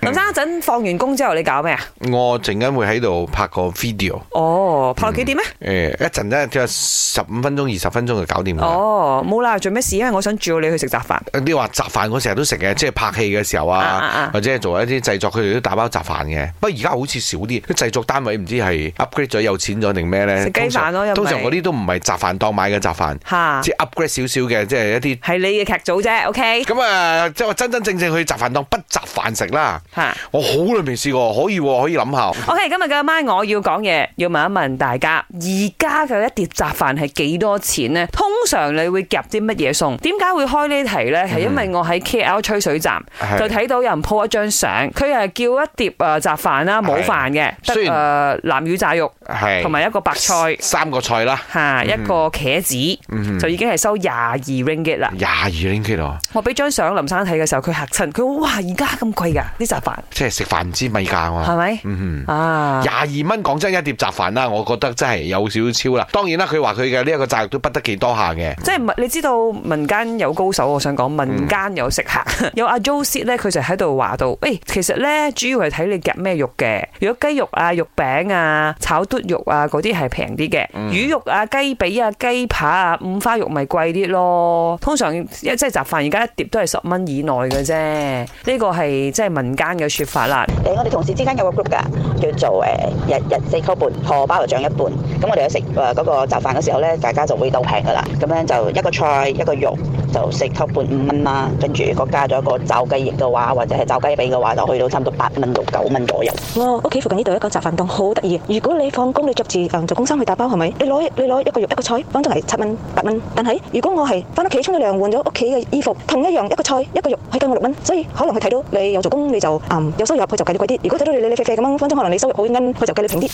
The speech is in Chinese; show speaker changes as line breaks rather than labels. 林生，一陣放完工之後你搞咩啊？
我陣間會喺度拍個 video，
哦，拍到幾點咧？
誒一陣咧即係十五分鐘、二十分鐘就搞掂啦。
哦，冇啦，做咩事？因為我想召你去食雜飯。
你話雜飯我成日都食嘅，即係拍戲嘅時候
啊啊
啊
啊，
或者係做一啲製作，佢哋都打包雜飯嘅。不過而家好似少啲，啲製作單位唔知係 upgrade 咗有錢咗定咩咧？
食雞飯咯因為啊
通常嗰啲都唔係雜飯檔買嘅雜飯，
吓，
即係 upgrade 少少嘅，即係一啲
係你嘅劇組啫，OK？
咁啊，即係話真真正正去雜飯檔不雜飯食啦。
吓。
我好耐未試過，可以喎可以諗下。
OK，今日嘅晚我要講嘢，要問一問大家，而家嘅一碟雜飯係幾多錢呢？通常你會夾啲乜嘢餸？點解會開呢題呢？係因為我喺 KL 吹水站
係
就睇到有人 po 一張相，佢係叫一碟誒雜飯啦，冇飯嘅，
雖
得誒南乳炸肉
係
同埋一個白菜
三個菜啦，
嚇一個茄
嗯
子，就已經係收廿二 ringgit 啦。
廿二 ringgit 喎
我俾張相林生睇嘅時候，佢嚇親，佢話哇而家咁貴㗎啲雜飯
即係食飯唔知米價
係
喎。
咪？
嗯
啊
哼，！廿二蚊講真一碟雜飯啦，我覺得真係有少少超啦。當然啦，佢話佢嘅呢一個炸肉都不得幾多下嘅。
即係民你知道民間有高手，我想講民間有食客，有阿 Josie 咧，佢就喺度話到，誒、其實咧主要係睇你夾咩肉嘅。如果雞肉啊、肉餅啊、炒嘟肉啊嗰啲係平啲嘅，魚肉啊、雞髀啊、雞扒啊、五花肉咪貴啲咯。通常一即係雜飯，而家一碟都係十蚊以內嘅啫。呢個係即係民間嘅説法啦。
誒，我哋同事之間有個 group 㗎，叫做誒日日四溝半，荷包就漲一半。咁我哋去食誒嗰個雜飯嘅時候咧，大家就會鬥平㗎啦。咁樣就一個菜一個肉就四溝半五蚊啦，跟住如果加咗一個炸雞翼嘅話，或者係炸雞髀嘅話，就去到差唔多八蚊到九蚊左右。
我屋企附近呢度有一個雜飯檔好得意。如果你放工，你着住誒做工衫去打包係咪？你攞你攞一個肉一個菜，講真係七蚊八蚊。但係如果我係翻屋企沖咗涼，換咗屋企嘅衣服，同一樣一個菜一個肉，佢計我六蚊。所以可能佢睇到你有做工，你就嗯有收入，佢就計你貴啲。如果睇到你你你肥肥咁樣，分分鐘可能你收入好奀，佢就計你平啲。